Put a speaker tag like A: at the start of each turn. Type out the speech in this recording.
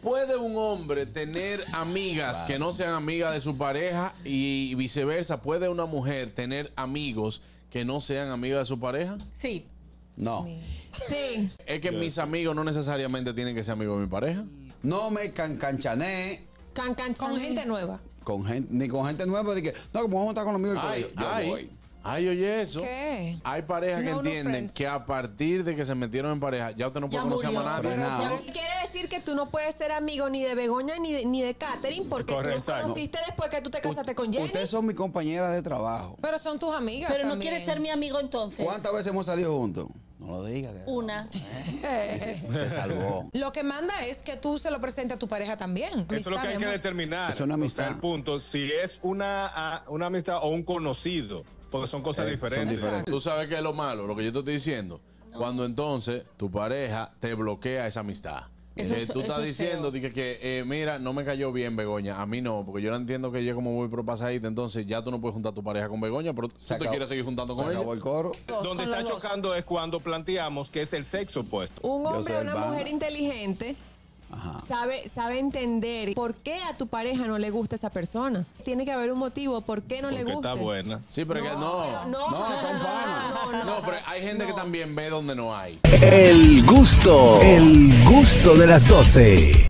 A: puede un hombre tener amigas que no sean amigas de su pareja y viceversa? ¿Puede una mujer tener amigos que no sean amigas de su pareja?
B: Sí.
C: No.
B: Sí.
A: Es que mis amigos no necesariamente tienen que ser amigos de mi pareja.
C: No me cancanchané
B: Can, can,
D: Con
B: can.
D: gente nueva.
C: con gente, ni con gente nueva de que, no, como vamos a estar con los amigos del
A: Ay,
C: colegio. Yo
A: ay,
C: voy.
A: ay, oye eso.
D: ¿Qué?
A: Hay parejas que
D: No, no
A: entienden
D: friends.
A: que a partir de que se metieron en pareja, ya usted no puede
B: Ya
A: conocer
B: murió.
A: a más nadie.
C: Pero-
B: Ya
C: No.
B: murió. Quiere decir que tú no puedes ser amigo ni de Begoña ni de, ni de Catherine porque tú
E: Correcto.
B: los conociste después que tú te casaste con Jenny.
C: Ustedes son mis compañeras de trabajo.
D: Pero son tus amigas.
F: Pero no
D: también.
F: quiere ser mi amigo entonces.
C: ¿Cuántas veces hemos salido juntos? No lo digas. que-
F: Una.
C: Se salvó.
D: Eh, Lo que manda es que tú se lo presentes a tu pareja también.
E: Eso es lo que hay que determinar.
C: Es una amistad.
E: O sea, El punto, si es una, ah, una amistad o un conocido, porque son cosas
C: Eh, son
E: diferentes.
C: diferentes.
A: Tú sabes que es lo malo, lo que yo te estoy diciendo. Cuando entonces tu pareja te bloquea esa amistad.
F: Eso
A: Eh,
F: es-
A: tú estás
F: eso es
A: diciendo
F: feo.
A: di que, que, eh, mira, no me cayó bien Begoña, a mí no, porque yo no entiendo que ella es como muy pro pasadita, entonces ya tú no puedes juntar tu pareja con Begoña, pero tú
C: Se
A: te
C: acabó-
A: quieres seguir juntando
C: se
A: con ella.
C: acabó el coro.
D: Dos,
E: Donde
D: con
E: está
D: los dos.
E: chocando es cuando planteamos que es el sexo opuesto.
B: Un
C: Yo
B: hombre
C: soy
B: o
C: el
B: una
C: banda.
B: mujer inteligente
C: Ajá.
B: sabe, sabe entender por qué a tu pareja no le gusta esa persona. Tiene que haber un motivo por qué no le
E: porque
B: gusta.
E: está buena.
A: Sí, pero es que no.
B: pero no,
C: No, son panas.
B: no, no,
A: No, pero hay gente que también ve donde no hay.
G: El gusto, el gusto de las doce.